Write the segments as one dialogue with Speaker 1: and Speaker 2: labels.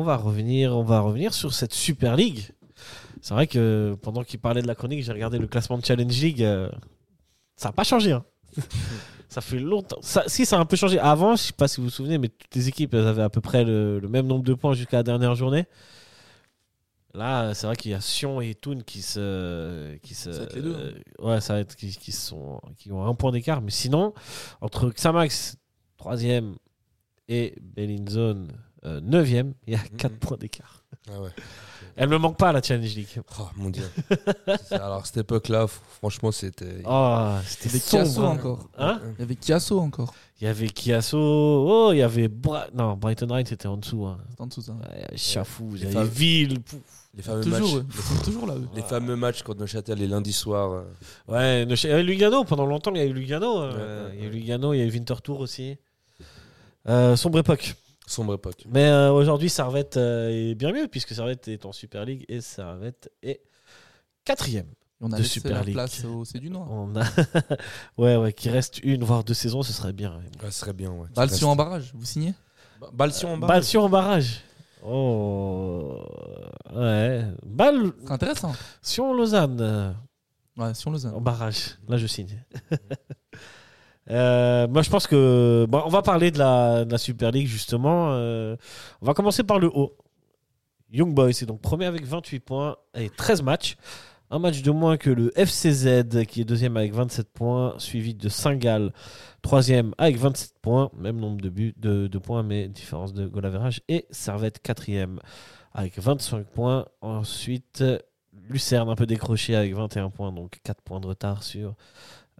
Speaker 1: On va revenir, on va revenir sur cette Super League. C'est vrai que pendant qu'il parlait de la chronique, j'ai regardé le classement de Challenge League. euh, ça n'a pas changé. hein. ça fait longtemps. Ça- si, ça a un peu changé. Avant, je ne sais pas si vous vous souvenez, mais toutes les équipes elles avaient à peu près le, le même nombre de points jusqu'à la dernière journée. Là, c'est vrai qu'il y a Sion et Toon qui se. Qui se
Speaker 2: Ça va être les deux, hein.
Speaker 1: euh, ouais, ça va être qui, qui sont, qui ont un point d'écart. Mais sinon, entre Xamax, 3ème, et Bellinzone, 9ème, il y a 4 points d'écart.
Speaker 2: Ah ouais.
Speaker 1: Mmh. Elle me manque pas, la Challenge League.
Speaker 2: Oh mon dieu. C'est- Alors, cette époque-là, f- franchement, c'était.
Speaker 1: Oh, c'était
Speaker 3: Il y avait
Speaker 1: sombre,
Speaker 3: Chiasso
Speaker 1: hein.
Speaker 3: encore.
Speaker 1: Hein
Speaker 3: Il y avait Chiasso encore.
Speaker 1: Il y avait Kiasso, oh, il y avait Bra- non, Brighton Rhine c'était en dessous. Hein.
Speaker 3: C'est en dessous, ça.
Speaker 1: Ouais, il y avait Chafou, il y
Speaker 2: Les
Speaker 1: avait
Speaker 2: femmes.
Speaker 1: Ville. pouf.
Speaker 2: Les fameux
Speaker 3: toujours, eux.
Speaker 2: matchs.
Speaker 3: Ils sont toujours là, eux.
Speaker 2: Les fameux matchs contre Neuchâtel les lundis soirs. euh,
Speaker 1: Ouais, le... ch- euh, Lugano, pendant longtemps, il y a eu Lugano. euh,
Speaker 2: Ouais, ouais,
Speaker 1: il y a eu
Speaker 2: ouais.
Speaker 1: Lugano, il y a eu Winterthur aussi. Euh, sombre époque.
Speaker 2: Sombre époque.
Speaker 1: Mais euh, aujourd'hui, Servette euh, est bien mieux, puisque Servette est en Super League et Servette est quatrième.
Speaker 3: On a
Speaker 1: De
Speaker 3: laissé
Speaker 1: Super
Speaker 3: la
Speaker 1: League.
Speaker 3: place au C'est du Noir.
Speaker 1: On a... ouais, ouais, qu'il reste une, voire deux saisons, ce serait bien. ouais.
Speaker 2: Ouais, ce serait bien, ouais.
Speaker 3: Balsion en barrage, vous signez
Speaker 2: Ba- Balsion en bas.
Speaker 1: Balle sur en barrage. Oh. Ouais. Balle
Speaker 3: C'est intéressant.
Speaker 1: sur Lausanne. euh,
Speaker 3: Ouais, sur
Speaker 1: En
Speaker 3: Lausanne.
Speaker 1: barrage, là je signe. Euh, moi je pense que. bon, on va parler de la, de la Super League justement. Euh, on va commencer par le haut. Young Boys est donc premier avec 28 points et 13 matchs. Un match de moins que le FCZ qui est deuxième avec 27 points, suivi de Saint-Gall, troisième avec 27 points, même nombre de, buts, de, de points mais différence de goal average. Et Servette quatrième avec 25 points. Ensuite, Lucerne un peu décroché avec 21 points, donc 4 points de retard sur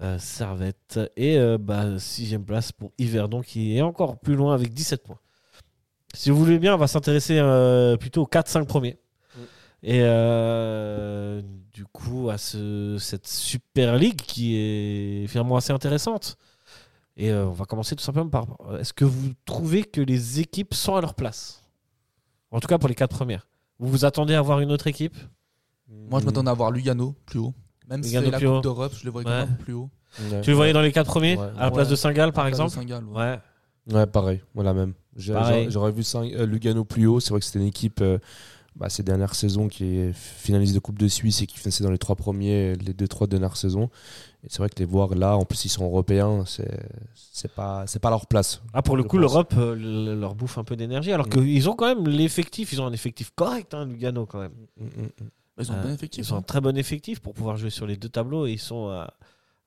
Speaker 1: euh, Servette. Et euh, bah, sixième place pour Yverdon qui est encore plus loin avec 17 points. Si vous voulez bien, on va s'intéresser euh, plutôt aux 4-5 premiers.
Speaker 2: Oui.
Speaker 1: Et euh, du coup, à ce, cette Super League qui est finalement assez intéressante. Et euh, on va commencer tout simplement par est-ce que vous trouvez que les équipes sont à leur place En tout cas pour les 4 premières. Vous vous attendez à voir une autre équipe
Speaker 2: Mm.
Speaker 3: Moi, je m'attendais à voir Lugano plus haut. Même si
Speaker 1: Lugano
Speaker 3: c'est la
Speaker 1: plus haut.
Speaker 3: Coupe d'Europe, je le voyais
Speaker 1: Ouais.
Speaker 3: quand même plus haut.
Speaker 2: Ouais.
Speaker 1: Tu le voyais dans les quatre premiers
Speaker 2: Ouais.
Speaker 1: À la place
Speaker 3: Ouais.
Speaker 1: de Saint-Gall, par
Speaker 3: À la place de
Speaker 1: exemple
Speaker 3: Saint-Gall, ouais.
Speaker 1: Ouais.
Speaker 2: Ouais, pareil, voilà même. J'ai-
Speaker 1: Pareil.
Speaker 2: j'aurais- J'aurais vu Saint- euh, Lugano plus haut. C'est vrai que c'était une équipe euh, bah, ces dernières saisons qui est finaliste de Coupe de Suisse et qui finissait dans les trois premiers, les deux trois dernières saisons. Et c'est vrai que les voir là, en plus ils sont européens, c'est c'est pas c'est pas leur place.
Speaker 1: Ah, pour le
Speaker 2: Je
Speaker 1: coup,
Speaker 2: pense.
Speaker 1: l'Europe euh, le- leur bouffe un peu d'énergie. Alors
Speaker 2: Mm.
Speaker 1: qu'ils ont quand même l'effectif, ils ont un effectif correct, hein, Lugano, quand même.
Speaker 2: Mm,
Speaker 3: Ils ont un
Speaker 1: Euh,
Speaker 3: bon effectif.
Speaker 1: Ils ont un
Speaker 3: hein.
Speaker 1: très bon effectif pour pouvoir jouer sur les deux tableaux et ils sont euh,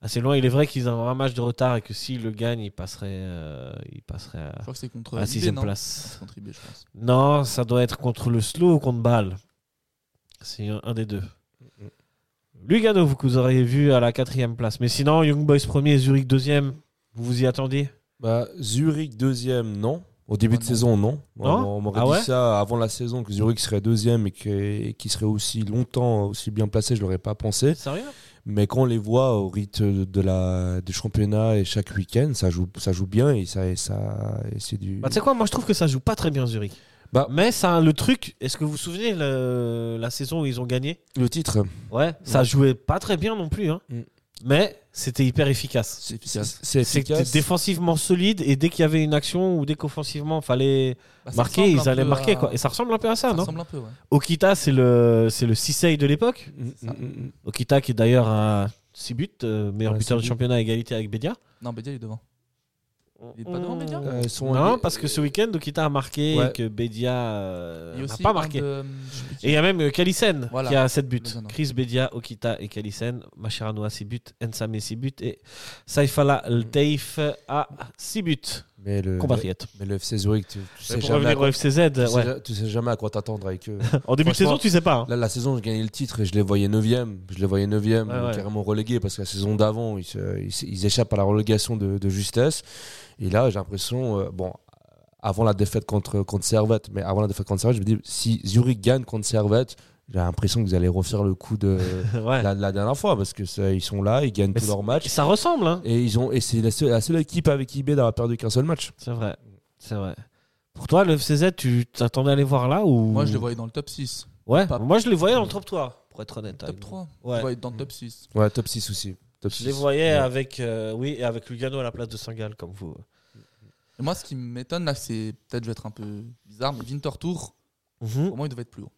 Speaker 1: assez loin. Il est vrai qu'ils ont un match de retard et que s'ils le gagnent, ils passeraient, euh, ils passeraient
Speaker 3: Je crois que c'est contre
Speaker 1: à la
Speaker 3: IB,
Speaker 1: sixième
Speaker 3: non
Speaker 1: place.
Speaker 3: C'est contre IB, je pense.
Speaker 1: Non, ça doit être contre le Slow ou contre Bâle. C'est un, un des deux.
Speaker 2: Mhm.
Speaker 1: Lugano, vous, que vous auriez vu à la quatrième place. Mais sinon, Young Boys premier, Zurich deuxième. Vous vous y attendiez
Speaker 2: Bah, Zurich deuxième, non. Au début
Speaker 3: Ah,
Speaker 2: de
Speaker 3: non.
Speaker 2: saison, non.
Speaker 1: Non
Speaker 2: on on m'aurait
Speaker 1: Ah
Speaker 2: dit
Speaker 1: ouais
Speaker 2: ça avant la saison que Zurich serait deuxième et que- et qu'il serait aussi longtemps aussi bien placé, je l'aurais pas pensé.
Speaker 1: Sérieux
Speaker 2: Mais quand on les voit au rythme de la, du championnat et chaque week-end, ça joue, ça joue bien et ça, et ça, et c'est du.
Speaker 1: bah, Tu sais quoi, moi je trouve que ça joue pas très bien Zurich.
Speaker 2: Bah-
Speaker 1: Mais ça, le truc, est-ce que vous vous souvenez le- la saison où ils ont gagné
Speaker 2: le titre,
Speaker 1: Ouais, ça jouait pas très bien non plus. hein.
Speaker 2: Mm.
Speaker 1: Mais c'était hyper efficace.
Speaker 3: C'est efficace.
Speaker 2: c'est
Speaker 1: C'était
Speaker 2: efficace.
Speaker 1: défensivement solide et dès qu'il y avait une action ou dès qu'offensivement fallait
Speaker 3: Bah, ça
Speaker 1: marquer,
Speaker 3: ressemble
Speaker 1: ils
Speaker 3: un
Speaker 1: allaient
Speaker 3: peu
Speaker 1: marquer
Speaker 3: à-
Speaker 1: quoi. Et ça ressemble un peu à ça,
Speaker 3: Ça
Speaker 1: non
Speaker 3: ressemble un peu, ouais.
Speaker 1: Okita, c'est le c'est le Sisei de l'époque.
Speaker 2: Mm, mm, mm, mm.
Speaker 1: Okita qui est d'ailleurs à 6 buts, euh, meilleur
Speaker 2: Ouais,
Speaker 1: buteur
Speaker 2: six
Speaker 1: du
Speaker 2: buts.
Speaker 1: championnat à égalité avec Bedia.
Speaker 3: Non, Bédia, il est devant. Il est pas devant, Bedia
Speaker 2: Euh, ils sont-
Speaker 1: Non,
Speaker 2: ils-
Speaker 1: parce que ce week-end, Okita a marqué
Speaker 2: Ouais.
Speaker 1: et que Bedia euh,
Speaker 3: Il y a
Speaker 1: n'a
Speaker 3: aussi
Speaker 1: pas
Speaker 3: un
Speaker 1: marqué.
Speaker 3: de- je sais plus qui.
Speaker 1: Et il y a même euh, Kalisen
Speaker 3: Voilà.
Speaker 1: qui a 7 buts.
Speaker 3: Lausanne, ouais.
Speaker 1: Chris Bedia, Okita et Kalisen. Mascherano a 6 buts. Ensame 6 buts. Et Saifala
Speaker 3: Mm.
Speaker 1: Lteif a 6 buts.
Speaker 2: Mais le,
Speaker 1: Compatriote.
Speaker 2: mais le FC Zurich, tu, tu sais
Speaker 1: Pour
Speaker 2: Euh, jamais. à
Speaker 1: revenir au
Speaker 2: quoi-
Speaker 1: FCZ,
Speaker 2: tu sais
Speaker 1: ouais.
Speaker 2: ja- tu sais jamais à quoi t'attendre avec eux.
Speaker 1: en début de
Speaker 2: Franchement,
Speaker 1: saison, tu sais pas. hein.
Speaker 2: Là, la saison, je gagnais le titre et je les voyais 9e. Je les voyais 9e,
Speaker 1: Ouais, ouais.
Speaker 2: carrément relégués, parce que la saison d'avant, ils, se- ils se- ils échappent à la relégation de, de justesse. Et là, j'ai l'impression, euh, bon, avant la défaite contre, contre Servette, mais avant la défaite contre Servette, je me dis, si Zurich gagne contre Servette, j'ai l'impression que vous allez refaire le coup de
Speaker 1: Ouais.
Speaker 2: la, la dernière fois, parce que ça- ils sont là, ils gagnent
Speaker 1: Mais
Speaker 2: tous leurs matchs.
Speaker 1: Ça ressemble, hein.
Speaker 2: Et, ils ont, et c'est la seule, la seule équipe avec IB d'avoir perdu qu'un seul match.
Speaker 1: C'est vrai. C'est vrai. Pour toi, le FCZ, tu t'attendais à les voir là ou
Speaker 3: Moi, je le voyais dans le top 6.
Speaker 1: Ouais,
Speaker 3: Pas-
Speaker 1: moi je les voyais dans le top 3, pour être honnête.
Speaker 3: Top
Speaker 1: avec vous.
Speaker 3: 3.
Speaker 1: Ouais.
Speaker 3: Je voyais dans le top 6.
Speaker 2: Ouais, top 6 aussi. Top
Speaker 1: Je
Speaker 2: 6.
Speaker 1: les voyais
Speaker 2: Ouais.
Speaker 1: avec, euh, oui, et avec Lugano à la place de Saint-Gall, comme vous.
Speaker 3: Et moi, ce qui m'étonne là, c'est peut-être je vais être un peu bizarre, mais Winterthur
Speaker 1: Mhm.
Speaker 3: Pour moi, ils devaient être plus haut.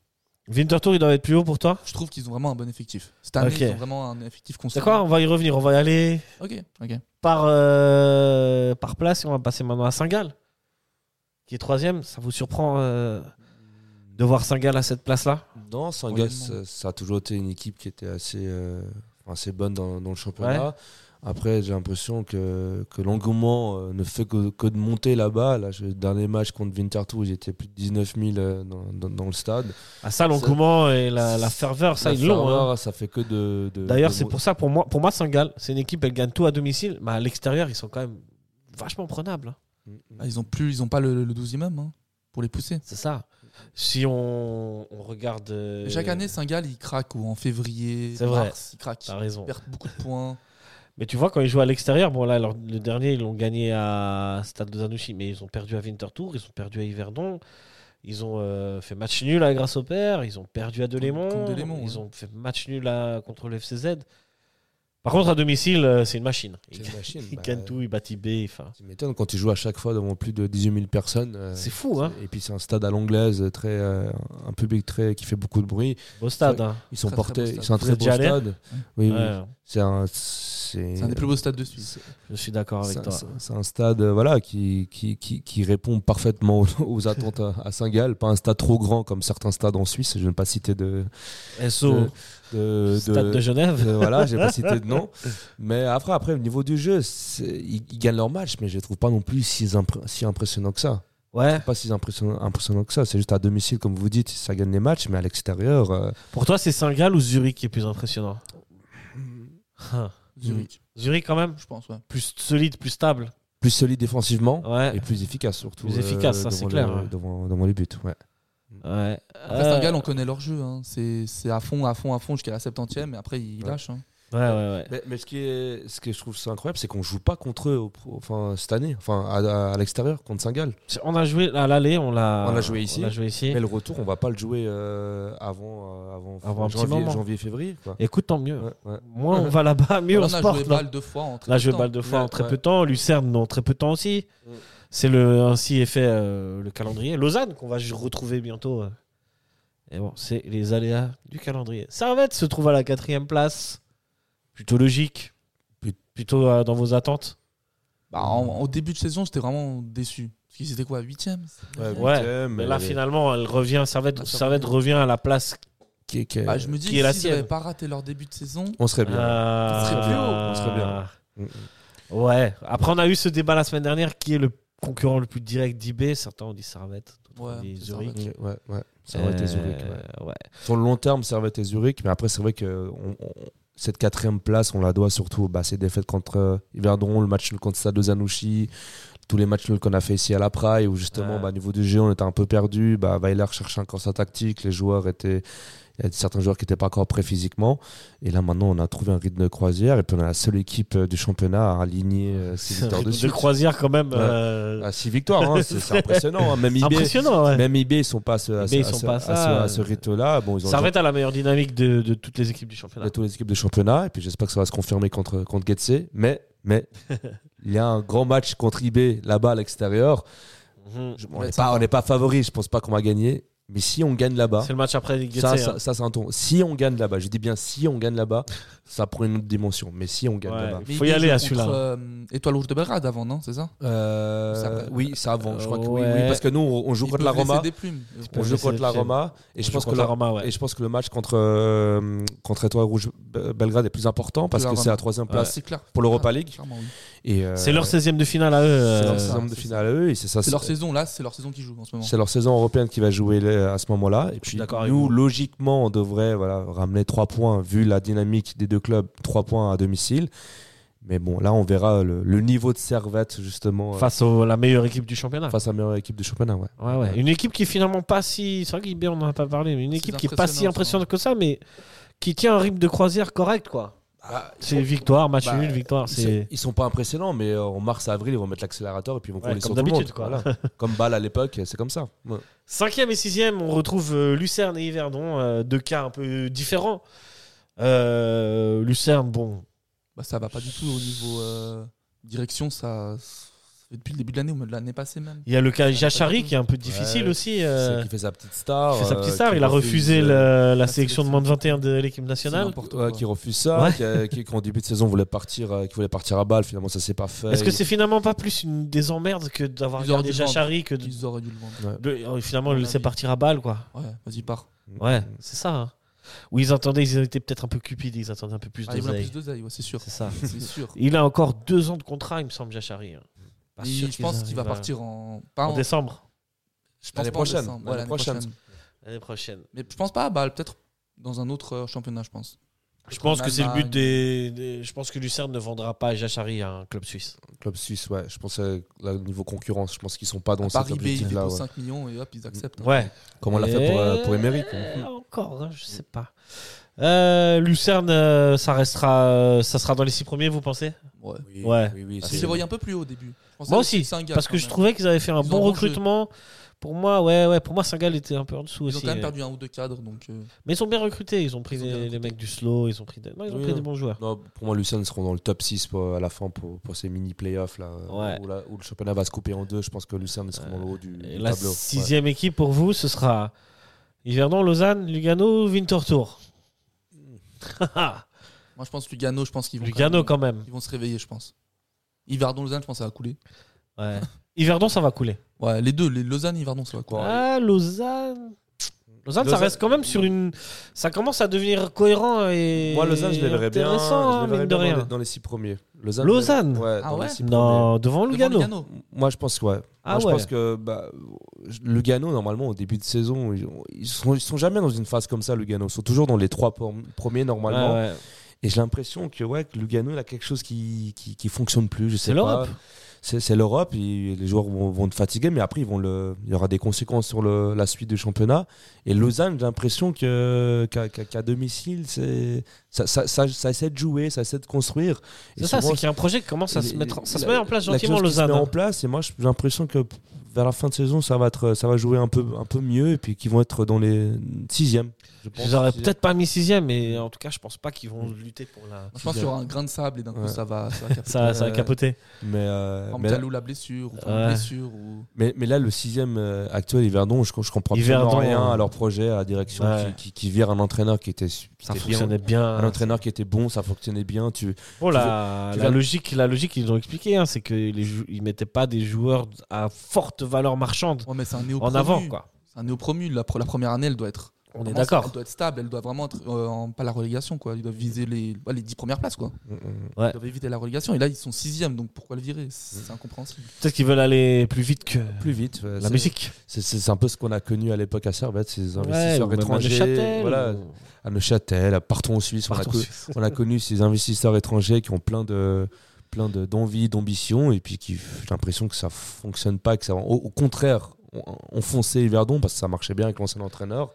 Speaker 1: Winterthur, il doit être plus haut pour toi
Speaker 3: Je trouve qu'ils ont vraiment un bon effectif. Cette année,
Speaker 1: Ok.
Speaker 3: ils ont vraiment un effectif constant.
Speaker 1: D'accord, Mm. on va y revenir. On va y aller
Speaker 3: Ok, ok.
Speaker 1: par, euh, par place et on va passer maintenant à Saint-Gall, qui est troisième. Ça vous surprend euh, de voir Saint-Gall à cette place-là
Speaker 2: Non, Saint-Gall, ça, ça a toujours été une équipe qui était assez, euh, assez bonne dans, dans le championnat. Après, j'ai l'impression que, que l'engouement euh, ne fait que, que de monter là-bas. Là, je- le dernier match contre Winterthur, ils étaient plus de 19 000 euh, dans, dans- dans le stade.
Speaker 1: À ça, l'engouement et la, la ferveur, euh, ça,
Speaker 2: La
Speaker 1: ils l'ont. hein.
Speaker 2: ferveur, Ça fait que de. de-
Speaker 1: D'ailleurs,
Speaker 2: de
Speaker 1: c'est
Speaker 2: mon-
Speaker 1: pour ça, pour moi, pour moi Saint-Gall, c'est une équipe, elle gagne tout à domicile, mais à l'extérieur, ils sont quand même vachement prenables. hein.
Speaker 2: Mm,
Speaker 3: Ah, ils ont plus, ils ont pas le, le 12e homme hein, pour les pousser.
Speaker 1: C'est ça. Si on, on regarde. euh,
Speaker 3: Et Chaque année, Saint-Gall, il craque ou en février,
Speaker 1: C'est vrai. Ah. Mm.
Speaker 3: mars, il craque.
Speaker 1: T'as raison.
Speaker 3: Ils perdent beaucoup de points.
Speaker 1: Mais tu vois, quand ils jouent à l'extérieur, bon là, leur- le dernier, ils l'ont gagné à Stade de Zanouchi, mais ils ont perdu à Winterthur, ils ont perdu à Yverdon, ils ont euh, fait match nul à Grasse au Père, ils ont perdu à Delémont,
Speaker 3: Contre Delémont,
Speaker 1: ils
Speaker 3: ouais.
Speaker 1: ont fait match nul à, contre le FCZ. Par contre, à domicile, euh, c'est une machine.
Speaker 2: C'est
Speaker 1: Ils
Speaker 2: une machine.
Speaker 1: ils
Speaker 2: bah,
Speaker 1: gagnent tout, ils battent IB, enfin.
Speaker 2: Tu m'étonnes quand tu joues à chaque fois devant plus de 18 000 personnes. euh,
Speaker 1: C'est fou, hein
Speaker 2: Et puis c'est un stade à l'anglaise, très, euh, un public très, qui fait beaucoup de bruit.
Speaker 1: Beau stade, hein.
Speaker 2: Ils sont
Speaker 3: Très, très beau
Speaker 2: portés,
Speaker 3: stade.
Speaker 2: ils sont un
Speaker 1: Vous
Speaker 2: très
Speaker 1: êtes
Speaker 2: beau
Speaker 1: déjà allé hein
Speaker 2: stade. Oui, oui.
Speaker 1: Ouais,
Speaker 2: C'est un, c'est
Speaker 3: C'est un des plus beaux stades de Suisse.
Speaker 2: c'est-
Speaker 1: je suis d'accord avec
Speaker 2: c'est-
Speaker 1: toi.
Speaker 2: c'est- c'est un stade euh, voilà, qui, qui, qui, qui répond parfaitement aux, aux attentes à, à Saint-Gall. Pas un stade trop grand comme certains stades en Suisse. Je ne vais pas citer de.
Speaker 1: SO,
Speaker 2: de- de-
Speaker 1: Stade de Genève.
Speaker 2: euh, voilà, j'ai pas cité de nom. Mais après, après, au niveau du jeu, c'est- ils, ils gagnent leur match, mais je les trouve pas non plus si, impré- si impressionnant que ça.
Speaker 1: Ouais.
Speaker 2: Pas si impressionnant, impressionnant que ça. C'est juste à domicile, comme vous dites, ça gagne les matchs, mais à l'extérieur, euh,
Speaker 1: Pour toi, c'est Saint-Gall ou Zurich qui est plus impressionnant Hein.
Speaker 3: Zurich,
Speaker 1: Zurich, quand même,
Speaker 3: je pense, ouais.
Speaker 1: plus solide, plus stable.
Speaker 2: plus solide défensivement
Speaker 1: Ah Ouais.
Speaker 2: et plus efficace surtout. euh,
Speaker 1: Plus efficace, ça,
Speaker 2: devant
Speaker 1: c'est
Speaker 2: le-
Speaker 1: clair, ouais.
Speaker 2: Devant, devant les buts, ouais.
Speaker 1: Ouais.
Speaker 3: Après,
Speaker 1: Euh,
Speaker 3: Saint-Gall, on connaît leur jeu. hein. C'est c'est à fond, à fond, à fond jusqu'à la 70e et après, ils
Speaker 2: Ouais.
Speaker 3: lâchent. hein.
Speaker 1: Ouais, ouais, ouais.
Speaker 2: Mais, mais ce, qui est, ce que je trouve c'est incroyable, c'est qu'on joue pas contre eux au pro- enfin, cette année, enfin à, à- à l'extérieur, contre Saint-Gall.
Speaker 1: On a joué à l'aller, on l'a.
Speaker 2: On l'a joué ici.
Speaker 1: on l'a joué ici.
Speaker 2: Mais le retour, on va pas le jouer euh, avant, euh, avant,
Speaker 1: Avant un petit
Speaker 2: janvier,
Speaker 1: moment.
Speaker 2: janvier, février. quoi.
Speaker 1: Écoute, tant mieux.
Speaker 2: Ouais, ouais.
Speaker 1: Moins on va là-bas, mieux
Speaker 3: Là,
Speaker 1: on
Speaker 3: on
Speaker 1: se
Speaker 3: a
Speaker 1: porte.
Speaker 3: joué
Speaker 1: non
Speaker 3: balle deux fois en très
Speaker 1: Là,
Speaker 3: peu
Speaker 1: je
Speaker 3: de
Speaker 1: balle deux fois
Speaker 2: Ouais,
Speaker 1: en très
Speaker 2: ouais.
Speaker 1: peu de temps. Lucerne, non, très peu de temps aussi.
Speaker 2: Mm.
Speaker 1: C'est le ainsi est fait euh, le calendrier. Lausanne, qu'on va ju- retrouver bientôt. euh. Et bon, c'est les aléas du calendrier. Servette se trouve à la quatrième place. Plutôt logique. Plut- Plutôt euh, dans vos attentes.
Speaker 3: Bah, en- au début de saison, j'étais vraiment déçu. Parce qu'ils étaient quoi 8e
Speaker 1: Ouais,
Speaker 2: huitième,
Speaker 1: Mais là,
Speaker 2: euh,
Speaker 1: finalement, elle revient. Servette,
Speaker 3: Ah, ça-
Speaker 1: Servette revient à la place.
Speaker 2: qui- qui-
Speaker 3: bah, Je me dis
Speaker 1: Qui est la
Speaker 3: que s'ils
Speaker 1: sienne.
Speaker 3: n'avaient pas raté leur début de saison,
Speaker 2: On serait bien.
Speaker 1: Ah.
Speaker 3: On serait plus haut.
Speaker 2: On serait bien. Mm, mm.
Speaker 1: Ouais. Après, on a eu ce débat la semaine dernière qui est le concurrent le plus direct d'IB. Certains ont dit Servette, d'autres
Speaker 3: Ouais,
Speaker 1: ont dit
Speaker 3: c'est
Speaker 1: Zurich.
Speaker 3: Servette.
Speaker 2: Ouais, ouais, ouais. Servette et Zurich. ouais.
Speaker 1: Euh, ouais.
Speaker 2: Sur le long terme, Servette et Zurich, mais après, c'est vrai que euh, on- on- cette quatrième place, on la doit surtout bah, ces défaites contre euh, Yverdon, le match nul contre Stade de Zanouchi, tous les matchs nuls qu'on a fait ici à la Praille, où justement,
Speaker 1: Ouais.
Speaker 2: bah, au niveau du jeu, on était un peu perdu. Bah, Weiler cherchait encore sa tactique, les joueurs étaient. Il y a certains joueurs qui n'étaient pas encore prêts physiquement. Et là, maintenant, on a trouvé un rythme de croisière. Et puis, on est la seule équipe euh, du championnat à aligner euh, six
Speaker 1: C'est un
Speaker 2: victoires de
Speaker 1: rythme de
Speaker 2: suite.
Speaker 1: croisière quand même.
Speaker 2: Ouais.
Speaker 1: euh,
Speaker 2: À six victoires, hein, c'est c'est impressionnant. hein. Même IB,
Speaker 1: impressionnant. ouais.
Speaker 2: même IB, ils sont pas à ce, à ce-
Speaker 1: IB, ils
Speaker 2: à
Speaker 1: sont
Speaker 2: ce-
Speaker 1: pas
Speaker 2: à ce-
Speaker 1: ça.
Speaker 2: à ce rythme-là. Bon, ils ont
Speaker 1: Servette a la meilleure dynamique de, de toutes les équipes du
Speaker 2: de
Speaker 1: championnat.
Speaker 2: toutes les équipes de championnat. Et puis j'espère que ça va se confirmer contre, contre Getse. Mais, mais il y a un grand match contre IB là-bas à l'extérieur.
Speaker 1: Mhm.
Speaker 2: Je-
Speaker 3: Ouais,
Speaker 2: On n'est
Speaker 3: c'est
Speaker 2: pas,
Speaker 3: ça.
Speaker 2: on n'est pas favori, je pense pas qu'on va gagner. Mais si on gagne là-bas,
Speaker 1: C'est le match après Ligue
Speaker 2: ça,
Speaker 1: Getse, hein.
Speaker 2: ça, ça, c'est un ton. Si on gagne là-bas, je dis bien si on gagne là-bas, ça prend une autre dimension. Mais si on gagne
Speaker 1: Ouais.
Speaker 2: là-bas.
Speaker 1: Faut
Speaker 3: Mais
Speaker 1: y
Speaker 3: ils
Speaker 1: aller
Speaker 3: jouent
Speaker 1: à celui-là.
Speaker 3: contre, euh, Étoile Rouge de Belgrade avant, non C'est ça
Speaker 2: Euh,
Speaker 3: Ça va.
Speaker 2: oui, ça avant. Je crois que oui,
Speaker 1: Ouais.
Speaker 2: oui, parce que nous, on on joue
Speaker 3: Ils
Speaker 2: contre la
Speaker 3: peuvent laisser
Speaker 2: Roma.
Speaker 3: des plumes.
Speaker 1: peuvent
Speaker 2: On joue
Speaker 1: laisser
Speaker 2: contre la
Speaker 1: des-
Speaker 2: Roma. Et je
Speaker 1: On
Speaker 2: pense
Speaker 1: joue
Speaker 2: que
Speaker 1: contre la
Speaker 2: la-
Speaker 1: Roma, ouais.
Speaker 2: Et je pense que le match contre, euh, contre Étoile Rouge Be- Belgrade est plus important parce
Speaker 3: La
Speaker 2: que
Speaker 3: Roma.
Speaker 2: c'est la troisième
Speaker 3: Ah,
Speaker 2: place
Speaker 3: C'est clair.
Speaker 2: pour l'Europa League.
Speaker 3: Clairement, oui.
Speaker 2: Et, euh,
Speaker 1: C'est leur 16e de finale à eux.
Speaker 2: C'est
Speaker 1: euh,
Speaker 2: leur
Speaker 3: ça,
Speaker 2: saison de
Speaker 3: c'est
Speaker 2: finale à eux et c'est ça.
Speaker 3: C'est leur saison, là, c'est leur saison qu'ils jouent en ce moment.
Speaker 2: c'est leur saison européenne qui va jouer là, à ce moment-là. Et
Speaker 1: hein. Je suis
Speaker 2: puis
Speaker 1: d'accord avec
Speaker 2: nous,
Speaker 1: vous.
Speaker 2: logiquement, on devrait voilà, ramener 3 points vu la dynamique des deux clubs, 3 points à domicile. Mais bon, là, on verra le, le niveau de Servette justement euh, face,
Speaker 1: Face à la meilleure équipe du championnat.
Speaker 2: à la meilleure équipe du championnat. Ouais.
Speaker 1: Ouais, ouais. Une équipe qui est finalement pas si. C'est vrai qu'IB, on n'en a pas parlé, mais une
Speaker 3: C'est
Speaker 1: équipe qui est pas si
Speaker 3: impressionnant,
Speaker 1: impressionnante que ça, mais qui tient un rythme de croisière correct, quoi. C'est victoire, match
Speaker 2: bah,
Speaker 1: nul, victoire.
Speaker 2: Ils sont-
Speaker 1: Ah, C'est.
Speaker 2: Ils sont pas impressionnants, mais euh, en mars, avril, ils vont mettre l'accélérateur et puis ils vont
Speaker 1: Ouais,
Speaker 2: rouler
Speaker 1: comme
Speaker 2: sur tout le
Speaker 1: d'habitude, quoi.
Speaker 2: monde. Voilà. comme balle à l'époque, c'est comme ça. Ouais.
Speaker 1: Cinquième et sixième, on retrouve euh, Lucerne et Yverdon, euh, deux cas un peu différents. Euh, Lucerne, bon,
Speaker 3: Bah, ça va pas du tout au niveau euh, direction, ça, ça fait depuis le début de l'année ou même de l'année passée même.
Speaker 1: Il y a le cas
Speaker 3: Ouais,
Speaker 1: Jachari
Speaker 3: pas
Speaker 1: qui est un peu difficile
Speaker 2: Ouais.
Speaker 1: aussi. euh,
Speaker 2: qui fait sa petite star.
Speaker 1: qui fait sa
Speaker 2: euh,
Speaker 1: petite star.
Speaker 2: qui
Speaker 1: Il a
Speaker 2: refuse,
Speaker 1: refusé
Speaker 2: euh,
Speaker 1: le- la
Speaker 3: la
Speaker 1: sélection de moins de 21 de l'équipe nationale.
Speaker 3: n'importe
Speaker 2: Ouais,
Speaker 3: quoi.
Speaker 2: qui refuse ça,
Speaker 1: Ouais.
Speaker 2: qui, a- qui, qui en début de saison voulait partir, euh, qui voulait partir à balle, finalement ça s'est pas fait.
Speaker 1: Est-ce que c'est finalement pas plus une des emmerdes que d'avoir
Speaker 3: Ils auraient
Speaker 1: regardé
Speaker 3: dû le
Speaker 1: Jachari que de,
Speaker 3: Ils auraient dû le vendre.
Speaker 1: de- euh, finalement
Speaker 3: À
Speaker 1: le
Speaker 3: mon
Speaker 1: laisser
Speaker 3: avis.
Speaker 1: partir à balle, quoi
Speaker 3: Ouais, vas-y, pars.
Speaker 1: Ouais, c'est ça. hein. Où ils attendaient, ils étaient peut-être un peu cupides, ils attendaient un peu plus
Speaker 3: Ah,
Speaker 1: de
Speaker 3: il voulait plus d'oseille, ouais, c'est sûr.
Speaker 1: C'est ça.
Speaker 3: C'est sûr.
Speaker 1: Il a encore deux ans de contrat, il me semble, Jachari. hein. Pas
Speaker 3: Mais
Speaker 1: sûr
Speaker 3: je pense
Speaker 1: qu'ils
Speaker 3: qu'il va
Speaker 1: arrivent à-
Speaker 3: partir en. Pas
Speaker 1: en
Speaker 3: en-
Speaker 1: décembre,
Speaker 3: je pense
Speaker 2: L'année
Speaker 3: pas en
Speaker 2: prochaine,
Speaker 3: décembre, ouais,
Speaker 2: l'année
Speaker 3: l'année
Speaker 2: prochaine.
Speaker 1: l'année prochaine.
Speaker 3: Mais je pense pas à Bâle, peut-être dans un autre euh, championnat, je pense.
Speaker 1: Je pense que euh, c'est le but
Speaker 3: Allemagne.
Speaker 1: des, des- Je pense que Lucerne ne vendra pas Jachari à un club suisse.
Speaker 2: Club suisse, ouais. Je pense euh, là, au niveau concurrence, je pense qu'ils sont pas dans cet
Speaker 3: Paris B, il
Speaker 2: objectif-là.
Speaker 3: dépose
Speaker 2: ouais.
Speaker 3: 5 millions et hop, ils acceptent. hein.
Speaker 1: Ouais.
Speaker 2: Comme on l'a fait pour, euh, pour Emery. quoi.
Speaker 1: Euh, Encore, hein, je sais pas. Euh, Lucerne, euh, ça restera, euh, ça sera dans les six premiers, vous pensez
Speaker 3: Ouais.
Speaker 1: Ouais.
Speaker 2: Oui, oui,
Speaker 3: Je les voyais Ah, un peu plus haut au début. Je pensais
Speaker 1: Moi
Speaker 3: aussi
Speaker 1: aussi,
Speaker 3: que Singal,
Speaker 1: Parce que
Speaker 3: quand
Speaker 1: je
Speaker 3: même.
Speaker 1: trouvais qu'ils avaient fait un
Speaker 3: Ils ont
Speaker 1: bon
Speaker 3: un bon
Speaker 1: recrutement. Pour moi, ouais, ouais, pour moi, Singal était un peu en dessous
Speaker 3: Ils
Speaker 1: aussi. euh,
Speaker 3: ont quand même perdu un ou deux cadres, donc. euh,
Speaker 1: Mais ils ont bien recruté. Ils ont pris
Speaker 3: Ils ont
Speaker 1: les,
Speaker 3: bien
Speaker 1: les
Speaker 3: recruté.
Speaker 1: mecs du slow. Ils ont pris, des... non, ils ont
Speaker 2: Oui,
Speaker 1: pris
Speaker 2: oui.
Speaker 1: des bons joueurs.
Speaker 2: Non, pour moi, Lucerne seront dans le top 6 pour- à la fin pour, pour ces mini playoffs là,
Speaker 1: Ouais.
Speaker 2: où, la- où le championnat va se couper en deux. Je pense que Lucerne seront dans le haut du,
Speaker 1: Et
Speaker 2: du
Speaker 1: la
Speaker 2: tableau. Ouais.
Speaker 1: sixième équipe pour vous, ce sera Yverdon, Lausanne, Lugano, Winterthur.
Speaker 3: Moi, je pense Lugano, je pense qu'ils vont.
Speaker 1: Lugano quand même.
Speaker 3: Ils vont se réveiller, je pense. Yverdon, Lausanne, je pense que ça va couler.
Speaker 1: Ouais. Yverdon, ça va couler.
Speaker 3: Ouais, les deux, les Lausanne, Yverdon, ça va couler.
Speaker 1: Ah, Lausanne. Lausanne, ça
Speaker 2: Lausanne-
Speaker 1: reste quand même sur une. Ça commence à devenir cohérent et.
Speaker 2: Moi, Lausanne, je les verrais bien,
Speaker 1: intéressant,
Speaker 2: je
Speaker 1: hein,
Speaker 2: les verrais
Speaker 1: mine de
Speaker 2: bien
Speaker 1: rien.
Speaker 2: Dans, les, dans les six premiers. Lausanne,
Speaker 1: Lausanne
Speaker 2: ouais,
Speaker 3: Ah
Speaker 2: dans les
Speaker 3: ouais
Speaker 2: six premiers.
Speaker 1: Non, devant
Speaker 3: Devant
Speaker 1: Lugano.
Speaker 3: Lugano.
Speaker 2: Moi, je pense, ouais.
Speaker 1: Ah
Speaker 2: Moi, je
Speaker 1: ouais.
Speaker 2: pense que bah, Lugano, normalement, au début de saison, ils, ont- ils sont, ils sont jamais dans une phase comme ça, Lugano. Ils sont toujours dans les trois pom- premiers, normalement.
Speaker 1: Ouais, ouais.
Speaker 2: Et j'ai l'impression que, ouais, que Lugano, il a quelque chose qui, qui, qui fonctionne plus. Je sais
Speaker 1: C'est l'Europe.
Speaker 2: pas. C'est c'est l'Europe. et Les joueurs vont, vont te fatiguer, mais après, ils vont le, il y aura des conséquences sur le- la suite du championnat. Et Lausanne, j'ai l'impression que- qu'à qu'à- qu'à domicile, c'est- ça, ça, ça, ça essaie de jouer, ça essaie de construire. Et
Speaker 1: C'est ça, c'est
Speaker 2: souvent,
Speaker 1: qu'il y a un projet qui commence à
Speaker 2: les-
Speaker 1: se mettre en, ça se
Speaker 2: la-
Speaker 1: met en place
Speaker 2: la
Speaker 1: gentiment,
Speaker 2: chose qui se met
Speaker 1: Lausanne. hein.
Speaker 2: en place et moi j'ai l'impression que p- vers la fin de saison ça va être euh, ça va jouer un peu un peu mieux et puis qu'ils vont être dans les sixièmes.
Speaker 1: Je
Speaker 2: Je pense.
Speaker 1: les aurais
Speaker 2: Sixième.
Speaker 1: peut-être pas mis sixième, mais en tout cas, je pense pas qu'ils vont lutter pour la.
Speaker 3: Je pense qu'il y aura un grain de sable et d'un
Speaker 2: Ouais.
Speaker 3: coup, ça va. Ça va capoter.
Speaker 1: Ça, ça a
Speaker 2: Euh,
Speaker 1: capoté.
Speaker 2: Mais, euh,
Speaker 3: Par exemple,
Speaker 2: mais, là,
Speaker 3: Diallo, la blessure, ou enfin,
Speaker 1: Ouais.
Speaker 3: la blessure, ou.
Speaker 2: mais- mais là, le sixième euh, actuel Yverdon je, je comprends
Speaker 1: Yverdon,
Speaker 2: absolument rien
Speaker 1: euh,
Speaker 2: à leur projet à la direction
Speaker 1: ouais.
Speaker 2: qui, qui- qui vire un entraîneur qui était qui
Speaker 1: Ça
Speaker 2: était bien.
Speaker 1: fonctionnait bien.
Speaker 2: un entraîneur qui était bon ça fonctionnait bien tu
Speaker 1: Oh,
Speaker 2: Tu
Speaker 1: la,
Speaker 2: tu
Speaker 1: la
Speaker 2: veux-
Speaker 1: logique, la logique, ils ont expliqué, hein, c'est que les jou- ils mettaient pas des joueurs à forte valeur marchande
Speaker 3: Ouais, mais c'est un néo
Speaker 1: en avant, quoi.
Speaker 3: C'est un néo promu. La, pre- la première année, elle doit être.
Speaker 1: On est
Speaker 3: vraiment,
Speaker 1: d'accord.
Speaker 3: Elle doit être stable. Elle doit vraiment être. euh, en- pas la relégation, quoi. Ils doivent viser les, ouais, les 10 premières places, quoi.
Speaker 1: Ouais.
Speaker 3: Ils doivent éviter la relégation. Et là, ils sont 6 donc pourquoi le virer C'est incompréhensible.
Speaker 1: Peut-être qu'ils veulent aller plus vite que
Speaker 2: plus vite ouais,
Speaker 1: la
Speaker 2: c'est-
Speaker 1: musique.
Speaker 2: c'est c'est un peu ce qu'on a connu à l'époque à Servette ces investisseurs
Speaker 1: ou même à
Speaker 2: étrangers
Speaker 1: Neuchâtel,
Speaker 2: voilà
Speaker 1: ou-
Speaker 2: à Neuchâtel à- partons en Suisse on a
Speaker 1: Partons
Speaker 2: co-
Speaker 1: Suisse.
Speaker 2: on a connu ces investisseurs étrangers qui ont plein de plein de- d'envie, d'ambition, et puis qui j'ai l'impression que ça fonctionne pas, que ça au, au contraire on, on fonçait Yverdon parce que ça marchait bien avec l'ancien entraîneur.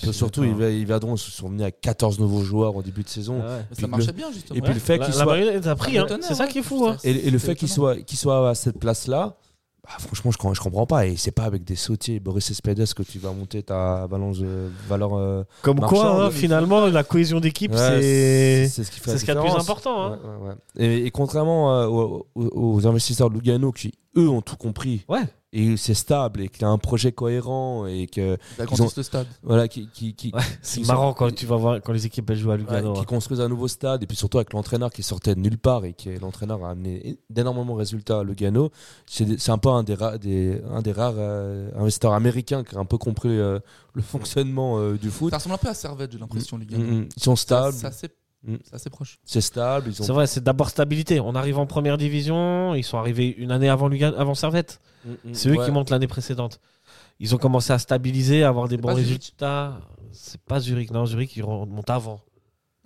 Speaker 2: Puis surtout
Speaker 1: D'accord.
Speaker 2: Yver- Yverdon se sont venus à 14 nouveaux joueurs en début de saison.
Speaker 1: Ah ouais.
Speaker 3: Mais
Speaker 2: Puis
Speaker 3: ça
Speaker 2: le-
Speaker 3: marchait bien, justement.
Speaker 2: et puis le fait
Speaker 1: La-
Speaker 2: qu'ils
Speaker 1: la
Speaker 2: soient-
Speaker 1: marionnette a pris,
Speaker 3: Ah,
Speaker 1: hein.
Speaker 3: étonnant,
Speaker 1: c'est ça
Speaker 3: ouais.
Speaker 1: qui est fou. hein.
Speaker 2: et, et le
Speaker 3: C'est
Speaker 2: fait qu'ils
Speaker 3: étonnant.
Speaker 2: soient qu'ils soient à cette place là. franchement, je, com- je comprends pas. Et c'est pas avec des sautiers, Boris Espedes, que tu vas monter ta balance de valeur. euh,
Speaker 1: Comme
Speaker 2: Marchand,
Speaker 1: quoi, hein,
Speaker 2: mais-
Speaker 1: finalement, la cohésion d'équipe,
Speaker 2: Ouais,
Speaker 1: c'est
Speaker 2: qui fait
Speaker 1: c'est
Speaker 2: la
Speaker 1: ce qu'il y a de plus
Speaker 2: différence.
Speaker 1: important. hein.
Speaker 2: Ouais, ouais, ouais. Et, et contrairement euh, aux, aux- aux investisseurs de Lugano qui, eux, ont tout compris,
Speaker 1: Ouais.
Speaker 2: et c'est stable, et qu'il y a un projet cohérent, et que
Speaker 3: Ils agrandissent
Speaker 2: ont-
Speaker 3: le stade.
Speaker 2: voilà, qui, qui, qui,
Speaker 1: Ouais, c'est
Speaker 2: Ils
Speaker 1: marrant
Speaker 2: sont-
Speaker 1: quand tu vas voir quand les équipes elles jouent à
Speaker 2: ouais,
Speaker 1: Lugano.
Speaker 2: qui
Speaker 1: hein.
Speaker 2: construisent un nouveau stade, et puis surtout avec l'entraîneur qui sortait de nulle part, et qui l'entraîneur a amené d'énormément de résultats à Lugano. C'est des- c'est un peu un des, ra- des- un des rares euh, investisseurs américains qui a un peu compris euh, le fonctionnement euh, du foot.
Speaker 3: Ça ressemble un peu à Servette, j'ai l'impression, les gars.
Speaker 2: Mm, mm. Ils sont stables,
Speaker 3: C'est assez,
Speaker 2: Mm.
Speaker 3: c'est assez proche.
Speaker 2: c'est stable, ils ont
Speaker 1: C'est vrai, c'est d'abord stabilité. On arrive en première division, ils sont arrivés une année avant Lugano, avant Servette.
Speaker 2: Mm, mm.
Speaker 1: C'est eux
Speaker 2: Ouais.
Speaker 1: qui montent l'année précédente. Ils ont commencé à stabiliser, à avoir des
Speaker 3: C'est
Speaker 1: bons
Speaker 3: pas Zurich.
Speaker 1: résultats. C'est pas Zurich, non, Zurich ils remontent avant.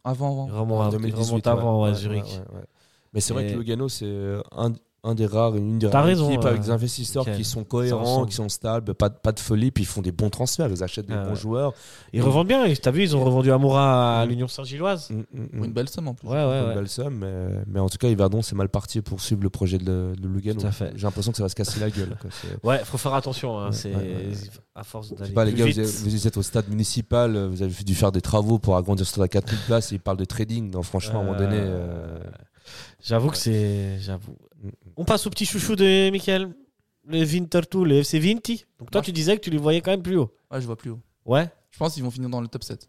Speaker 3: Avant,
Speaker 1: Ils
Speaker 3: avant.
Speaker 1: remontent,
Speaker 2: En
Speaker 1: avant- ils
Speaker 2: 2018,
Speaker 1: remontent avant
Speaker 2: ouais,
Speaker 1: ouais,
Speaker 2: ouais,
Speaker 1: Zurich.
Speaker 2: ouais, ouais, ouais. Mais c'est vrai
Speaker 1: Et-
Speaker 2: que Lugano, c'est euh, un, un des rares, une des
Speaker 1: T'as
Speaker 2: rares
Speaker 1: raison,
Speaker 2: équipes avec
Speaker 1: ouais.
Speaker 2: des investisseurs
Speaker 1: Nickel.
Speaker 2: qui sont
Speaker 1: Ça
Speaker 2: cohérents,
Speaker 1: ressemble.
Speaker 2: qui sont stables, pas, de- pas de folie, puis ils font des bons transferts, ils achètent des
Speaker 1: Ah
Speaker 2: bons
Speaker 1: ouais.
Speaker 2: joueurs.
Speaker 1: Ils revendent bien, t'as vu, ils ont revendu Amoura à l'Union Saint-Gilloise.
Speaker 2: Mm, mm, mm.
Speaker 3: Pour une belle somme, en plus.
Speaker 1: Ouais, ouais,
Speaker 2: Une
Speaker 1: ouais.
Speaker 2: belle somme, mais, mais en tout cas, Yverdon, c'est mal parti pour suivre le projet de, de Lugano.
Speaker 1: Tout à fait.
Speaker 2: J'ai l'impression que ça va se casser la gueule. quoi. C'est-
Speaker 1: Ouais, faut faire attention. hein,
Speaker 2: Ouais,
Speaker 1: c'est
Speaker 2: ouais, ouais.
Speaker 1: à force
Speaker 2: Je sais
Speaker 1: d'aller
Speaker 2: pas, les
Speaker 1: plus
Speaker 2: gars,
Speaker 1: vite.
Speaker 2: vous êtes, vous êtes au stade municipal, euh, vous avez dû faire des travaux pour agrandir ce stade à 4000 places et ils parlent de trading. Non, franchement, à un moment donné.
Speaker 1: Euh,
Speaker 2: euh,
Speaker 1: J'avoue que c'est. J'avoue. On passe au petit chouchou de Michael. Le Winterthur, le FC Vinti. Donc toi,
Speaker 3: Ouais.
Speaker 1: tu disais que tu les voyais quand même plus haut.
Speaker 3: Ouais, je vois plus haut.
Speaker 1: Ouais.
Speaker 3: Je pense qu'ils vont finir dans le top 7.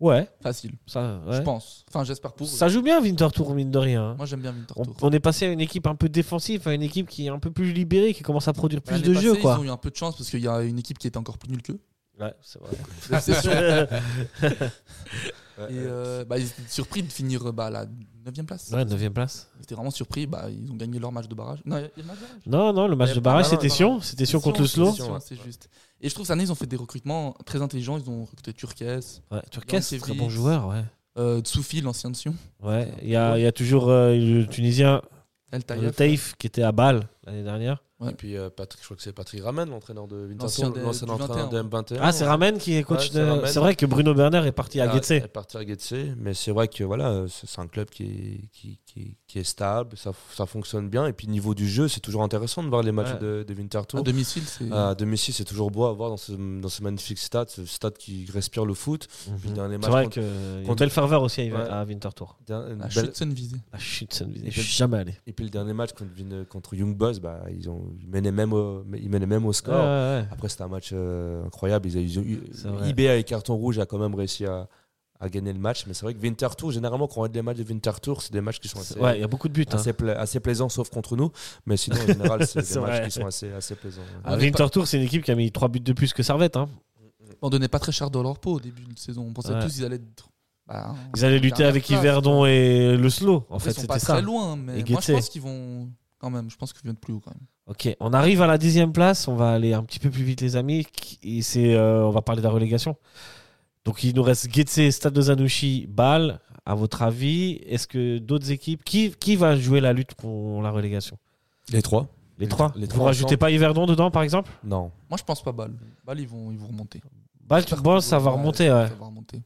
Speaker 1: Ouais.
Speaker 3: Facile,
Speaker 1: Ça,
Speaker 3: je
Speaker 1: ouais.
Speaker 3: pense. Enfin, j'espère pour eux.
Speaker 1: ça joue bien, Winterthur, mine de rien. hein.
Speaker 3: Moi, j'aime bien Winter
Speaker 1: On, on est passé à une équipe un peu défensive, à une équipe qui est un peu plus libérée, qui commence à produire plus de jeux,
Speaker 3: Ils
Speaker 1: quoi.
Speaker 3: ont eu un peu de chance parce qu'il y a une équipe qui était encore plus nulle qu'eux.
Speaker 1: Ouais, c'est vrai.
Speaker 3: C'est sûr.
Speaker 2: Ouais,
Speaker 3: Et
Speaker 2: ouais.
Speaker 3: euh, bah, ils étaient surpris de finir bah, à la 9 place.
Speaker 1: Ouais, 9 place.
Speaker 3: Ils étaient vraiment surpris. Bah, ils ont gagné leur match de barrage. Non, il y a- il y a le match de barrage.
Speaker 1: Non, non, le match
Speaker 2: Ouais,
Speaker 1: de barrage,
Speaker 2: pas mal,
Speaker 1: c'était
Speaker 2: pas
Speaker 1: Sion. C'était Sion contre le
Speaker 3: Sion,
Speaker 1: Slow.
Speaker 2: Sion.
Speaker 3: Sion, hein, C'est juste. Et je trouve que cette année, ils ont fait des recrutements très intelligents. Ils ont recruté Turquès,
Speaker 1: Ouais, Turquès,
Speaker 3: Yankevic.
Speaker 1: très bon joueur, ouais.
Speaker 3: euh, Tsoufi, l'ancien de Sion,
Speaker 1: Ouais, il y a, il y a toujours euh, le Tunisien,
Speaker 3: El
Speaker 1: Euh, le
Speaker 3: Taïef,
Speaker 1: Taïf, qui était à Bâle l'année dernière.
Speaker 3: Ouais.
Speaker 2: Et puis euh, Patrick, je crois que c'est Patrick Ramen, l'entraîneur de
Speaker 3: L'ancien
Speaker 2: Winterthur,
Speaker 3: des-
Speaker 2: l'ancien
Speaker 3: du
Speaker 2: entraîneur de
Speaker 3: 21.
Speaker 2: M21.
Speaker 1: Ah, c'est Ramen qui est
Speaker 2: Ouais,
Speaker 1: coach
Speaker 2: c'est
Speaker 1: de.
Speaker 2: Ramen. Ah,
Speaker 1: C'est vrai que Bruno Berner est parti à Getse.
Speaker 2: À, partir à Getse, mais c'est vrai que voilà, c'est c'est un club qui est, qui, qui- qui est stable, ça, ça fonctionne bien. Et puis niveau du jeu, c'est toujours intéressant de voir les matchs
Speaker 1: Ouais.
Speaker 2: de, de Winterthur. Ah,
Speaker 3: à domicile. c'est-
Speaker 2: À domicile, c'est toujours beau à voir dans ce, dans ce magnifique stade, ce stade qui respire le foot.
Speaker 1: Mhm.
Speaker 2: Puis le dernier
Speaker 1: C'est
Speaker 2: match
Speaker 1: vrai
Speaker 2: contre-
Speaker 1: que euh, il y a une
Speaker 2: contre-
Speaker 1: belle ferveur aussi à, Ivan-
Speaker 2: Ouais.
Speaker 1: à Winterthur.
Speaker 2: d'un- une
Speaker 3: La
Speaker 2: belle-
Speaker 3: chute visée.
Speaker 1: La chute, ça ne je
Speaker 2: Et
Speaker 1: suis
Speaker 2: puis-
Speaker 1: jamais allé.
Speaker 2: Et puis le dernier match contre, Vin- contre Young Boys, bah, ils, ont, ils, menaient même au, ils menaient même au score.
Speaker 1: Ouais, ouais, ouais.
Speaker 2: Après, c'était un match euh, incroyable. Ils, ils ont eu-
Speaker 1: C'est vrai.
Speaker 2: IBA et Carton Rouge a quand même réussi à, à gagner le match. Mais c'est vrai que Winterthur, généralement, quand on regarde les matchs de Winterthur, c'est des matchs qui sont assez,
Speaker 1: C'est- Ouais, il y a beaucoup de buts. hein.
Speaker 2: assez, pla- assez plaisants, sauf contre nous. Mais sinon, en général, c'est
Speaker 1: C'est
Speaker 2: des matchs
Speaker 1: vrai.
Speaker 2: qui sont assez, assez plaisants. ouais.
Speaker 1: Ah,
Speaker 3: On avait pas-
Speaker 1: Winterthur, c'est une équipe qui a mis 3 buts de plus que Servette. hein.
Speaker 3: On donnait pas très cher dans leur peau au début de saison. On pensait
Speaker 1: Ouais.
Speaker 3: tous qu'ils allaient être. bah,
Speaker 1: Ils allaient lutter
Speaker 3: dernière
Speaker 1: avec
Speaker 3: place.
Speaker 1: Yverdon et le Slow. En
Speaker 3: Après,
Speaker 1: fait,
Speaker 3: ils sont pas
Speaker 1: c'était ça.
Speaker 3: très loin, mais
Speaker 1: Et
Speaker 3: moi, je
Speaker 1: Guettet.
Speaker 3: pense qu'ils vont. Quand même, je pense qu'ils viennent plus haut quand même.
Speaker 1: Ok, on arrive à la dixième place. On va aller un petit peu plus vite, les amis. Et c'est, euh, on va parler de la relégation. Donc, il nous reste Getse, Stade de Zanouchi, Bâle. À votre avis, est-ce que d'autres équipes. Qui, qui va jouer la lutte pour la relégation
Speaker 2: Les trois
Speaker 1: Les trois
Speaker 2: les
Speaker 1: Vous
Speaker 2: trois
Speaker 1: rajoutez
Speaker 2: ensemble.
Speaker 1: pas Yverdon dedans, par exemple
Speaker 2: Non.
Speaker 3: Moi, je pense pas Bâle. Bâle, ils vont, ils vont remonter.
Speaker 1: Bâle, Ah, tu
Speaker 3: J'espère
Speaker 1: penses,
Speaker 3: qu'ils
Speaker 1: ça va
Speaker 3: vont-
Speaker 1: remonter, ouais.
Speaker 3: Ça va remonter.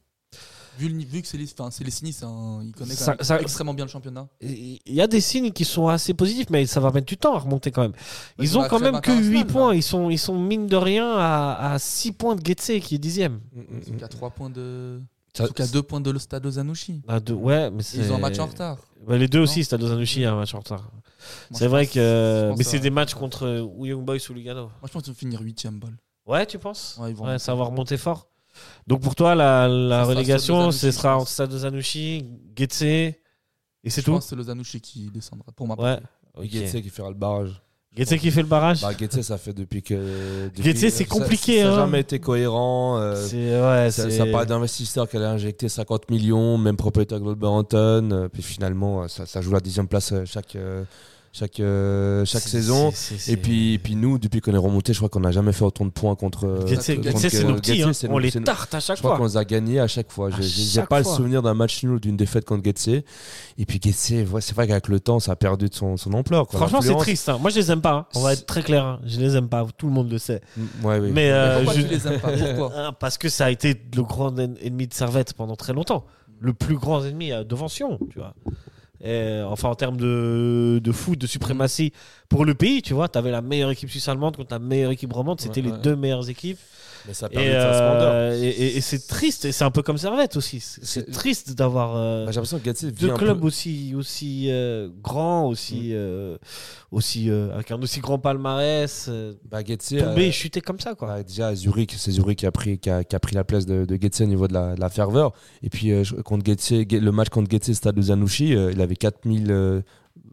Speaker 3: Vu, le, ni- vu que c'est les, enfin, c'est les Sini, c'est un- ils connaissent
Speaker 1: Ça-
Speaker 3: quand même
Speaker 1: ça-
Speaker 3: extrêmement bien le championnat.
Speaker 1: Il y a des signes qui sont assez positifs, mais ça va mettre du temps à remonter quand même. Ils
Speaker 3: sur
Speaker 1: ont
Speaker 3: la
Speaker 1: quand
Speaker 3: crème
Speaker 1: même que 8
Speaker 3: internationale,
Speaker 1: points.
Speaker 3: là.
Speaker 1: Ils sont, ils sont mine de rien à, 6 points de Getse qui est dixième.
Speaker 2: Mm,
Speaker 3: Ils sont qu'à 3 points de.
Speaker 2: Ça-
Speaker 3: en tout cas, 2 points de le stade de Zanouchi.
Speaker 1: Ah, deux- ouais, mais
Speaker 3: Ils
Speaker 1: c'est-
Speaker 3: ont un match en retard.
Speaker 1: Bah, les deux
Speaker 3: Non
Speaker 1: aussi, Stade Zanouchi a un match en retard.
Speaker 3: Moi,
Speaker 1: C'est
Speaker 3: je
Speaker 1: vrai
Speaker 3: pense- je
Speaker 1: que. euh,
Speaker 3: pense
Speaker 1: Mais
Speaker 3: ça
Speaker 1: c'est
Speaker 3: va.
Speaker 1: des matchs contre euh, ou Young Boys ou Lugano.
Speaker 3: Moi, je pense qu'ils vont finir 8ème balle.
Speaker 1: Ouais, tu penses
Speaker 3: Ouais, ils vont
Speaker 1: Ouais,
Speaker 3: remonter.
Speaker 1: ça va remonter fort. Donc pour toi, la, la
Speaker 3: sera
Speaker 1: relégation,
Speaker 3: Stade de
Speaker 1: ce
Speaker 3: Zanouchi, je
Speaker 1: sera
Speaker 3: pense.
Speaker 1: entre Stade Zanouchi, Getse et c'est
Speaker 3: je
Speaker 1: tout
Speaker 3: pense que c'est le Zanouchi qui descendra. Pour ma part.
Speaker 1: Ouais.
Speaker 2: Guetze qui fera le barrage.
Speaker 1: Getse qui fait le barrage
Speaker 2: Bah, Guetze, ça fait depuis que. depuis-
Speaker 1: Guetze, c'est
Speaker 2: ça-
Speaker 1: compliqué,
Speaker 2: Ça n'a
Speaker 1: hein.
Speaker 2: jamais été cohérent. euh,
Speaker 1: C'est. Ouais,
Speaker 2: Ça,
Speaker 1: c'est.
Speaker 2: ça parle d'investisseurs qui allaient injecter 50 millions, même propriétaire Wolverhampton. euh, Puis finalement, euh, ça, ça joue la dixième place euh, chaque, euh, chaque, euh, chaque
Speaker 1: c'est-
Speaker 2: saison.
Speaker 1: c'est- c'est-
Speaker 2: Et puis, puis nous, depuis qu'on est remonté, je crois qu'on n'a jamais fait autant de points contre. euh,
Speaker 1: Getse,
Speaker 2: contre-
Speaker 1: Getse,
Speaker 2: contre-
Speaker 1: c'est nos
Speaker 2: Getse,
Speaker 1: petits. hein.
Speaker 2: c'est
Speaker 1: On
Speaker 2: nos-
Speaker 1: les
Speaker 2: c'est nos-
Speaker 1: tarte à chaque
Speaker 2: Je crois qu'on
Speaker 1: fois.
Speaker 2: les a gagnés à chaque fois.
Speaker 1: À
Speaker 2: J'ai- J'ai j'ai
Speaker 1: chaque
Speaker 2: pas
Speaker 1: fois.
Speaker 2: le souvenir d'un match nul ou d'une défaite contre Getse. Et puis Getse, ouais, c'est vrai qu'avec le temps, ça a perdu de son, son ampleur. quoi.
Speaker 1: Franchement, c'est
Speaker 2: L'influence-
Speaker 1: triste. hein. Moi, je les aime pas. hein. On va être très clair. hein. Je les aime pas. Tout le monde le sait.
Speaker 2: Mm, ouais, oui.
Speaker 1: Mais euh,
Speaker 3: Pourquoi
Speaker 1: je-
Speaker 3: tu les aimes pas Pourquoi
Speaker 1: Ah, Parce que ça a été le grand en- ennemi de Servette pendant très longtemps. Le plus grand ennemi euh, devant Sion, tu vois. Et, euh, enfin, en termes de, de foot, de suprématie pour le pays, tu vois, t'avais la meilleure équipe suisse allemande contre la meilleure équipe romande, c'était
Speaker 2: Ouais,
Speaker 1: les
Speaker 2: ouais.
Speaker 1: deux meilleures équipes.
Speaker 2: Mais ça a perdu
Speaker 1: Et,
Speaker 2: de sa splendeur.
Speaker 1: euh, et- et- et c'est triste, et c'est un peu comme Servette aussi. C'est c'est
Speaker 2: C'est-
Speaker 1: triste d'avoir euh,
Speaker 2: Bah, J'ai l'impression que Getse vit
Speaker 1: deux
Speaker 2: un
Speaker 1: clubs
Speaker 2: peu-
Speaker 1: aussi, aussi euh, grands, aussi, euh, aussi euh, avec un aussi grand palmarès, euh,
Speaker 2: Bah, Getse,
Speaker 1: tomber
Speaker 2: euh,
Speaker 1: et chuter comme ça, quoi.
Speaker 2: Ouais, déjà à Zurich, c'est Zurich qui a pris, qui a, qui a pris la place de, de Getse au niveau de la, de la ferveur. Et puis euh, je- contre Getse, Ge- le match contre Getse Stade de Zanouchi, euh, il avait 4000, euh,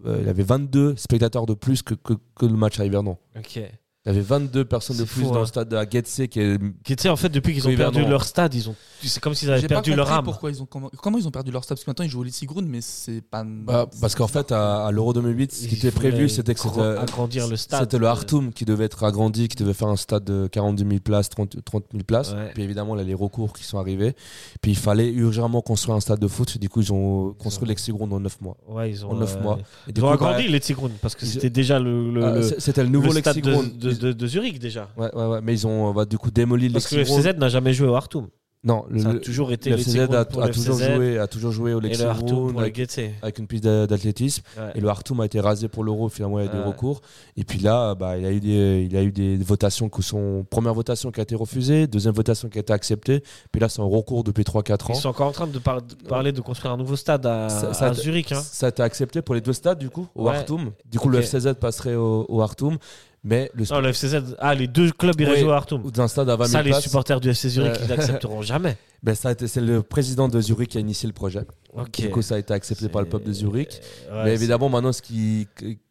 Speaker 2: euh, il avait 22 spectateurs de plus que, que, que le match à Yverdon.
Speaker 1: Ok.
Speaker 2: Il avait 22 personnes de
Speaker 1: C'est
Speaker 2: plus
Speaker 1: fou,
Speaker 2: dans
Speaker 1: hein.
Speaker 2: le stade à Getse qui est
Speaker 1: Qui était en fait depuis qu'ils ont
Speaker 2: Oui,
Speaker 1: perdu
Speaker 2: vraiment.
Speaker 1: leur stade, ils ont c'est comme s'ils avaient
Speaker 3: J'ai pas
Speaker 1: perdu leur
Speaker 3: compris
Speaker 1: âme.
Speaker 3: pourquoi ils ont comment, comment ils ont perdu leur stade parce que maintenant ils jouent au Lissigroun mais c'est pas
Speaker 2: Bah, parce qu'en fait, à, à l'Euro 2008, ce qui
Speaker 1: Ils
Speaker 2: était prévu,
Speaker 1: voulaient
Speaker 2: c'était que c'était, euh,
Speaker 1: grand- agrandir le stade.
Speaker 2: c'était le Hartum qui devait être agrandi, qui devait faire un stade de 42 000 places, 30, 30 000 places.
Speaker 1: Ouais.
Speaker 2: Puis évidemment, il y a les recours qui sont arrivés. Puis il fallait urgemment construire un stade de foot. Du coup, ils ont construit l'Exigron en 9 mois.
Speaker 1: Ouais, ils ont
Speaker 2: En 9
Speaker 1: euh,
Speaker 2: mois. Et
Speaker 1: Ils
Speaker 2: du
Speaker 1: ont
Speaker 2: coup, bah,
Speaker 1: agrandi les Tigrons parce que
Speaker 2: ils-
Speaker 1: c'était déjà le, le,
Speaker 2: bah, euh,
Speaker 1: le-
Speaker 2: c'est- c'était le nouveau
Speaker 1: le stade
Speaker 2: Lexigron.
Speaker 1: de, de, de- de Zurich déjà.
Speaker 2: Ouais, ouais, ouais. Mais ils ont euh, bah, du coup démoli le
Speaker 1: Parce que le
Speaker 2: Lexigron.
Speaker 1: FCZ n'a jamais joué au Hartum.
Speaker 2: Non, le,
Speaker 1: Ça a
Speaker 2: le-
Speaker 1: toujours été
Speaker 2: le
Speaker 1: les
Speaker 2: FCZ a,
Speaker 1: Tigroun pour
Speaker 2: a
Speaker 1: le
Speaker 2: toujours
Speaker 1: FCZ
Speaker 2: joué, a toujours joué au
Speaker 1: et le Harto
Speaker 2: Lexington
Speaker 1: pour le
Speaker 2: avec,
Speaker 1: Guetté.
Speaker 2: avec une piste d'a- d'athlétisme.
Speaker 1: Ouais.
Speaker 2: Et le Hartum a été rasé pour l'Euro, finalement, il y a des
Speaker 1: Ouais.
Speaker 2: recours. Et puis là, bah, il, a eu des, il a eu des votations qui sont. Première votation qui a été refusée, deuxième votation qui a été acceptée. Puis là, c'est en recours depuis 3-4 ans.
Speaker 1: Ils sont encore en train de, par- de parler de construire un nouveau stade à,
Speaker 2: Ça- ça
Speaker 1: à
Speaker 2: a-
Speaker 1: Zurich. hein.
Speaker 2: Ça a été accepté pour les deux stades, du coup, au
Speaker 1: Ouais.
Speaker 2: Hartum. Du coup, le
Speaker 1: Ok.
Speaker 2: FCZ passerait au, au Hartum. Mais le
Speaker 1: Non, le FCZ. Ah, les deux clubs iraient
Speaker 2: Oui.
Speaker 1: jouer à Hartum.
Speaker 2: ou d'un stade à 20
Speaker 1: Ça,
Speaker 2: 000
Speaker 1: les
Speaker 2: places,
Speaker 1: supporters du FC Zurich,
Speaker 2: Ouais.
Speaker 1: ils l'accepteront jamais.
Speaker 2: ben, ça a été- c'est le président de Zurich qui a initié le projet.
Speaker 1: Ok.
Speaker 2: Du coup, ça a été accepté par le peuple de Zurich.
Speaker 1: Ouais,
Speaker 2: Mais
Speaker 1: c'est-
Speaker 2: évidemment, maintenant, ce qui,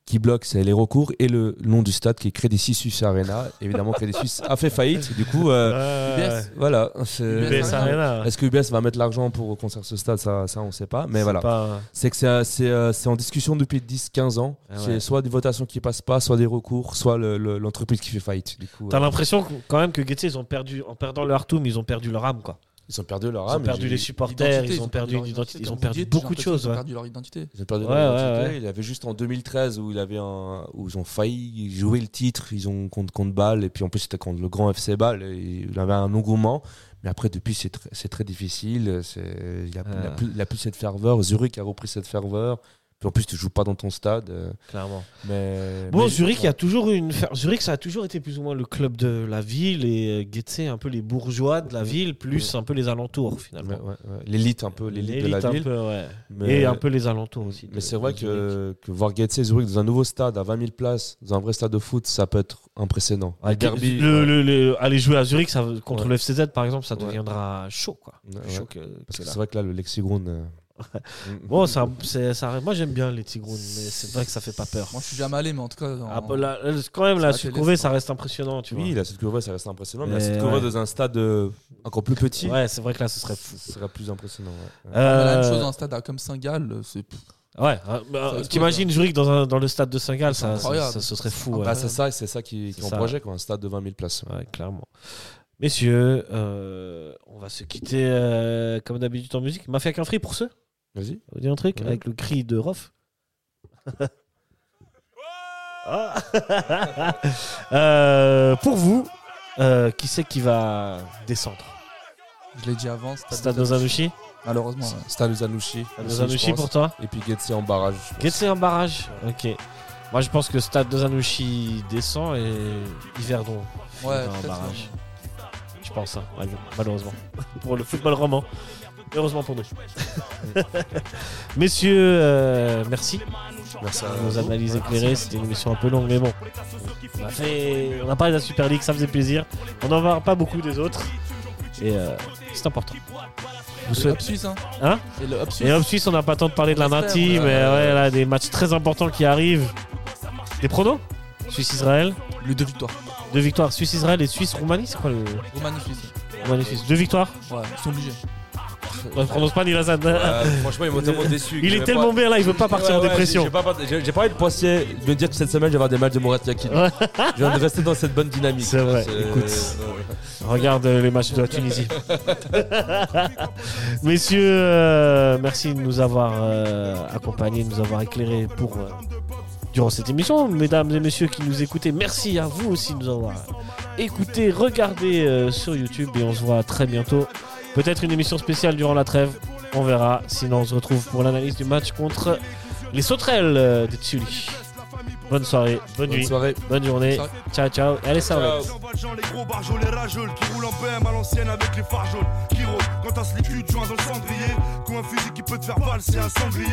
Speaker 2: qui bloque, c'est les recours et le nom du stade qui est Crédit Suisse Arena. Évidemment, Crédit Suisse a fait faillite. Du coup, euh,
Speaker 1: Ouais,
Speaker 3: UBS.
Speaker 2: voilà. c'est-
Speaker 3: UBS
Speaker 1: UBS Arena.
Speaker 2: Est-ce que UBS va mettre l'argent pour construire ce stade Ça, ça on ne sait pas. Mais
Speaker 1: C'est
Speaker 2: voilà.
Speaker 1: pas-
Speaker 2: C'est que c'est, euh, c'est, euh, c'est en discussion depuis 10-15 ans.
Speaker 1: Ah
Speaker 2: C'est
Speaker 1: ouais.
Speaker 2: soit des votations qui passent pas, soit des recours, soit le- le- l'entreprise qui fait faillite. Du coup,
Speaker 1: T'as
Speaker 2: euh,
Speaker 1: l'impression que- quand même que Getsé, ils ont perdu en perdant le Hartum, ils ont perdu leur âme quoi.
Speaker 2: ils ont perdu leur
Speaker 1: Ils ont
Speaker 2: âme.
Speaker 1: perdu
Speaker 2: Ah, j'ai-
Speaker 1: les supporters,
Speaker 3: Identité,
Speaker 1: ils ont perdu une
Speaker 3: leur
Speaker 1: identité, ils ont
Speaker 3: comme vous
Speaker 1: perdu
Speaker 3: dites, j'ai
Speaker 1: beaucoup de
Speaker 3: l'impression
Speaker 1: choses.
Speaker 3: qu'ils ont
Speaker 1: ouais.
Speaker 3: perdu leur identité.
Speaker 2: Ils ont perdu
Speaker 1: Ouais,
Speaker 2: leur
Speaker 1: ouais,
Speaker 2: identité.
Speaker 1: ouais.
Speaker 2: Il y avait juste en 2013 où, il avait un, où ils ont failli jouer le titre. Ils ont contre, contre Bâle. Et puis en plus, c'était contre le grand FC Bâle. et Il avait un engouement. Mais après, depuis, c'est, tr- c'est très difficile. C'est, il n'y a, il y
Speaker 1: Ah.
Speaker 2: a plus- il y a plus cette ferveur. Zurich a repris cette ferveur. Puis en plus, tu joues pas dans ton stade. euh,
Speaker 1: Clairement.
Speaker 2: Mais,
Speaker 1: Bon,
Speaker 2: mais-
Speaker 1: Zurich, il y a toujours eu une fer- Zurich, ça a toujours été plus ou moins le club de la ville et euh, Getsé, un peu les bourgeois de la ville, plus un peu les alentours
Speaker 2: Ouais,
Speaker 1: finalement.
Speaker 2: ouais, ouais. L'élite un peu, l'élite de la
Speaker 1: L'élite, un
Speaker 2: ville.
Speaker 1: peu, ouais.
Speaker 2: Mais-
Speaker 1: Et un peu les alentours aussi. de-
Speaker 2: Mais c'est vrai
Speaker 1: de Zurich.
Speaker 2: que, que voir Getse Zurich dans un nouveau stade à 20 000 places, dans un vrai stade de foot, ça peut être impressionnant.
Speaker 1: Ouais,
Speaker 2: Le derby,
Speaker 1: Ah, le-
Speaker 2: ouais.
Speaker 1: le- le- aller jouer à Zurich ça, contre
Speaker 2: Ouais.
Speaker 1: le FCZ par exemple, ça
Speaker 2: Ouais.
Speaker 1: deviendra chaud quoi.
Speaker 2: Ouais,
Speaker 1: Plus chaud
Speaker 2: ouais.
Speaker 1: que-
Speaker 2: Parce
Speaker 1: que
Speaker 2: que
Speaker 1: là.
Speaker 2: c'est vrai que là, le Lexigron. euh, mm,
Speaker 1: Bon,
Speaker 2: mm.
Speaker 1: ça, c'est- ça- moi j'aime bien les Tigrons, mais c'est vrai que ça fait pas peur.
Speaker 3: Moi, je suis jamais allé, mais en tout cas. en-
Speaker 1: Ah, bah, la- la- quand même,
Speaker 3: Ça
Speaker 1: la
Speaker 3: va te
Speaker 1: surcourbée,
Speaker 3: laisser.
Speaker 1: ça reste impressionnant, tu
Speaker 2: oui, la Sudkova, ça reste impressionnant. Mais la
Speaker 1: Mais
Speaker 2: Sudkova
Speaker 1: ouais.
Speaker 2: dans un stade euh, encore plus petit,
Speaker 1: vois. Ouais, c'est vrai que là, ce serait fou.
Speaker 2: ce serait plus impressionnant. ouais. Ouais.
Speaker 3: on a La même
Speaker 1: Euh,
Speaker 3: chose dans un stade à- comme Saint-Gall, c'est pff,
Speaker 1: Ouais, hein, bah,
Speaker 3: Ça va être
Speaker 1: t'imagines Zurich dans, un- dans le stade de Saint-Gall,
Speaker 3: C'est
Speaker 1: ça, ça,
Speaker 3: incroyable.
Speaker 1: ça- ce serait fou,
Speaker 3: Ah
Speaker 1: ouais.
Speaker 2: Bah, c'est ça, c'est ça qui, qui
Speaker 1: C'est
Speaker 2: est en
Speaker 1: ça.
Speaker 2: projet, quoi, un stade de 20 000 places. ouais.
Speaker 1: Ouais, clairement. Messieurs, euh, on va se quitter euh, comme d'habitude en musique. Mafia qu'un free pour ceux
Speaker 2: Vas-y.
Speaker 1: Vous dites un truc
Speaker 2: Ouais.
Speaker 1: avec le cri de Rof Ah. Euh, Pour vous, euh, qui c'est qui va descendre
Speaker 3: je l'ai dit avant, stade,
Speaker 1: Stade
Speaker 3: de-
Speaker 1: Nozanouchi
Speaker 3: Malheureusement, ouais.
Speaker 2: Stade Zanushi.
Speaker 1: Stade Nozanouchi pour toi
Speaker 2: Et puis Getse en barrage. je pense.
Speaker 1: Getse un barrage Ok. Moi je pense que Stade de Zanouchi descend et Yverdon fait
Speaker 3: Ouais,
Speaker 1: un
Speaker 3: peut-être,
Speaker 1: barrage.
Speaker 3: ouais.
Speaker 1: Je pense, hein, mal- malheureusement. pour le football roman. Heureusement pour nous. Messieurs, euh, merci
Speaker 2: Merci à
Speaker 1: pour vos analyses éclairées. C'était une émission un peu longue, mais bon. On a, fait- on a parlé de la Super League, ça faisait plaisir. On n'en parle pas beaucoup des autres. Et euh, c'est important. Je vous
Speaker 3: Et
Speaker 1: souhaite.
Speaker 3: Hop Suisse, hein.
Speaker 1: Hein
Speaker 3: Et le Hop
Speaker 1: Et
Speaker 3: Suisse.
Speaker 1: Hop Suisse, on n'a pas le temps de parler de la
Speaker 3: J'espère,
Speaker 1: Minty,
Speaker 3: ouais.
Speaker 1: mais ouais, là, des matchs très importants qui arrivent. Des pronos Suisse-Israël,
Speaker 3: Les deux victoires.
Speaker 1: deux victoires. Suisse-Israël et Suisse-Roumanie, c'est quoi le.
Speaker 3: Roumanie Suisse.
Speaker 1: Roumanie-Suisse Deux victoires
Speaker 3: Ouais, ils sont obligés.
Speaker 1: On ne prononce pas ni la Zan.
Speaker 2: Ouais, Euh, franchement, ils m'ont tellement déçu.
Speaker 1: Il est tellement bien là, il veut pas partir en dépression.
Speaker 2: J'ai pas, j'ai- j'ai pas envie de penser, de me dire que cette semaine, je vais avoir des matchs de Mourad Yakin.
Speaker 1: Ouais.
Speaker 2: Je viens de rester dans cette bonne dynamique.
Speaker 1: C'est vrai,
Speaker 2: C'est-
Speaker 1: écoute.
Speaker 2: ouais.
Speaker 1: Regarde euh, les matchs de la Tunisie. Messieurs, euh, merci de nous avoir euh, accompagnés, de nous avoir éclairés pour, euh, durant cette émission. Mesdames et messieurs qui nous écoutez, merci à vous aussi de nous avoir écoutés, regardés euh, sur YouTube et on se voit très bientôt. Peut-être une émission spéciale durant la trêve, on verra. Sinon, on se retrouve pour l'analyse du match contre les sauterelles euh, de Tsuli. Bonne soirée, bonne,
Speaker 2: Bonne
Speaker 1: nuit,
Speaker 2: soirée.
Speaker 1: bonne journée.
Speaker 3: Ciao.
Speaker 1: Ciao, ciao. Et allez, ça
Speaker 2: Ciao.
Speaker 4: Jean Valjean, les gros barjols, les rageuls qui roulent en BM à l'ancienne avec les phares jaunes. Qui rôdent quand t'as slip, tu te joins dans le cendrier. Qu'ont un fusil qui peut te faire balle, c'est un cendrier.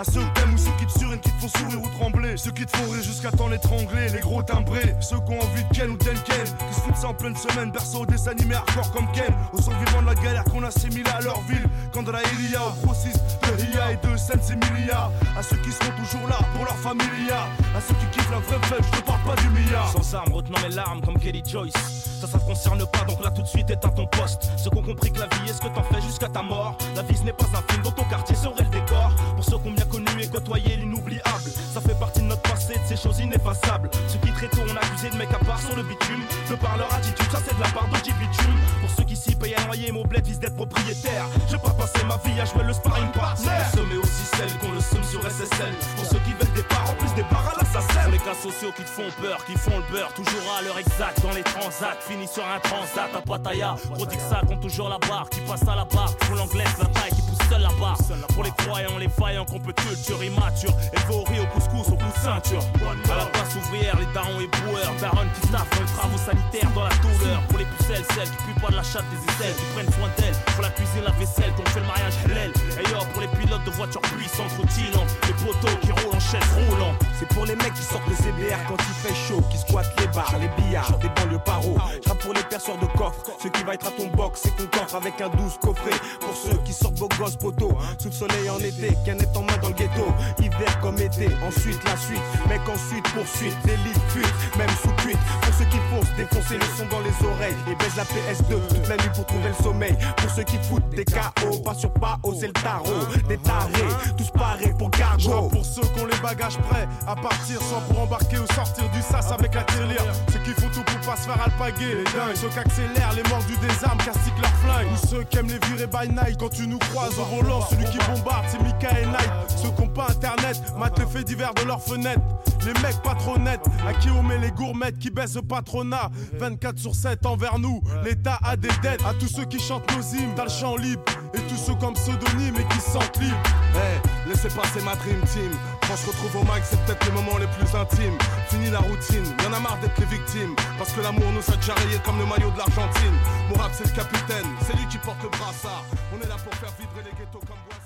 Speaker 4: À ceux que t'aimes ou ceux qui te surinent, qui te font sourire ou trembler. Ceux qui te font rire jusqu'à temps l'étrangler, les gros timbrés. Ceux qui ont envie de Ken ou Tenken, qui se foutent ça en pleine semaine. Berceau des animés hardcore comme Ken. Aux survivants de la galère qu'on assimile à leur ville. Quand de la Ilia au grossiste de Ria et de Sensi Milia. À ceux qui seront toujours là pour leur familia. À ceux qui kiffent la vraie fête, je te parle pas du milliard.
Speaker 5: Sans armes, retenant mes larmes comme Kelly Joyce. Ça, ça te concerne pas, donc là tout de suite éteins ton poste. Ceux qui ont compris que la vie est ce que t'en fais jusqu'à ta mort. La vie ce n'est pas un film dont ton quartier serait le décor. Pour ceux qui ont bien connu et côtoyé l'inoubliable, ça fait partie de notre passé, de ces choses ineffaçables. Ceux qui très tôt ont accusé de mec à part sur le bitume, de par leur attitude, ça c'est de la part de Bitume. Pour ceux qui s'y payent à noyer mon bled vise d'être propriétaire. Je vais pas passer ma vie à jouer le sparring partner. Mais aussi celle qu'on le somme sur SSL. Pour ceux qui veulent des parts, en plus des parts à l'assassin. Les cas sociaux qui te font peur, qui font le beurre. Toujours à l'heure exacte dans les transats. Fini sur un transat à Pattaya. Gros dit que ça compte toujours la barre. Qui passe à la barre. Pour l'anglaise, la taille qui pousse seule la barre. Pour les croyants, les faillants qu'on peut culture immature. Et faut au riz, au couscous, au coup de ceinture. À la place ouvrière, les darons et boueurs. Daronne qui taffent dans les travaux sanitaires dans la douleur. Pour les pucelles, celles qui puent pas de la chatte des aisselles. Qui prennent soin d'elles. Pour la cuisine, la vaisselle, qu'on fait le mariage halal. Et yo, pour les pilotes de voitures puissantes, rutilantes. Les poteaux qui roulent en chaise roulante.
Speaker 6: C'est pour les mecs qui sortent des CBR quand il fait chaud, qui squattent les bars, les billards, des banlieues paro. J'rappe pour les perceurs de coffres, ce qui va être à ton box, c'est qu'on coffre avec un douce coffret. Pour ceux qui sortent vos gosses poteaux, sous le soleil en été, canette en main dans le ghetto, hiver comme été, ensuite la suite, mec ensuite poursuite, délite, fuite, même sous cuite. Pour ceux qui foncent, défoncer le son dans les oreilles et baisse la PS2 toute la nuit pour trouver le sommeil. Pour ceux qui foutent des KO, pas sur pas, c'est le tarot, des tarés, tous parés pour
Speaker 4: Je rappe
Speaker 6: cargo.
Speaker 4: pour ceux qui ont les bagages prêts à partir, soit pour embarquer ou sortir du sas avec la tirelire. Ceux qui font tout pour pas se faire alpaguer, les dingues. Ceux qui accélèrent les morts du désarme, castiquent leurs flingues. Ou ceux qui aiment les virer by night quand tu nous croises au volant. Celui qui bombarde, c'est Mika et Knight. Ceux qui ont pas internet, matent les faits divers de leurs fenêtres. Les mecs pas trop nets, à qui on met les gourmettes qui baissent le patronat. 24 sur 7 envers nous, l'État a des dettes. À tous ceux qui chantent nos hymnes dans le champ libre. Et tous ceux comme pseudonyme et qui se sentent libres.
Speaker 6: Eh, laissez passer ma dream team. Quand on se retrouve au mic, c'est peut-être les moments les plus intimes. Fini la routine, y'en a marre d'être les victimes. Parce que l'amour nous a déjà rayés comme le maillot de l'Argentine. Mon rap, c'est le capitaine, c'est lui qui porte le brassard. On est là pour faire vibrer les ghettos comme Boissy.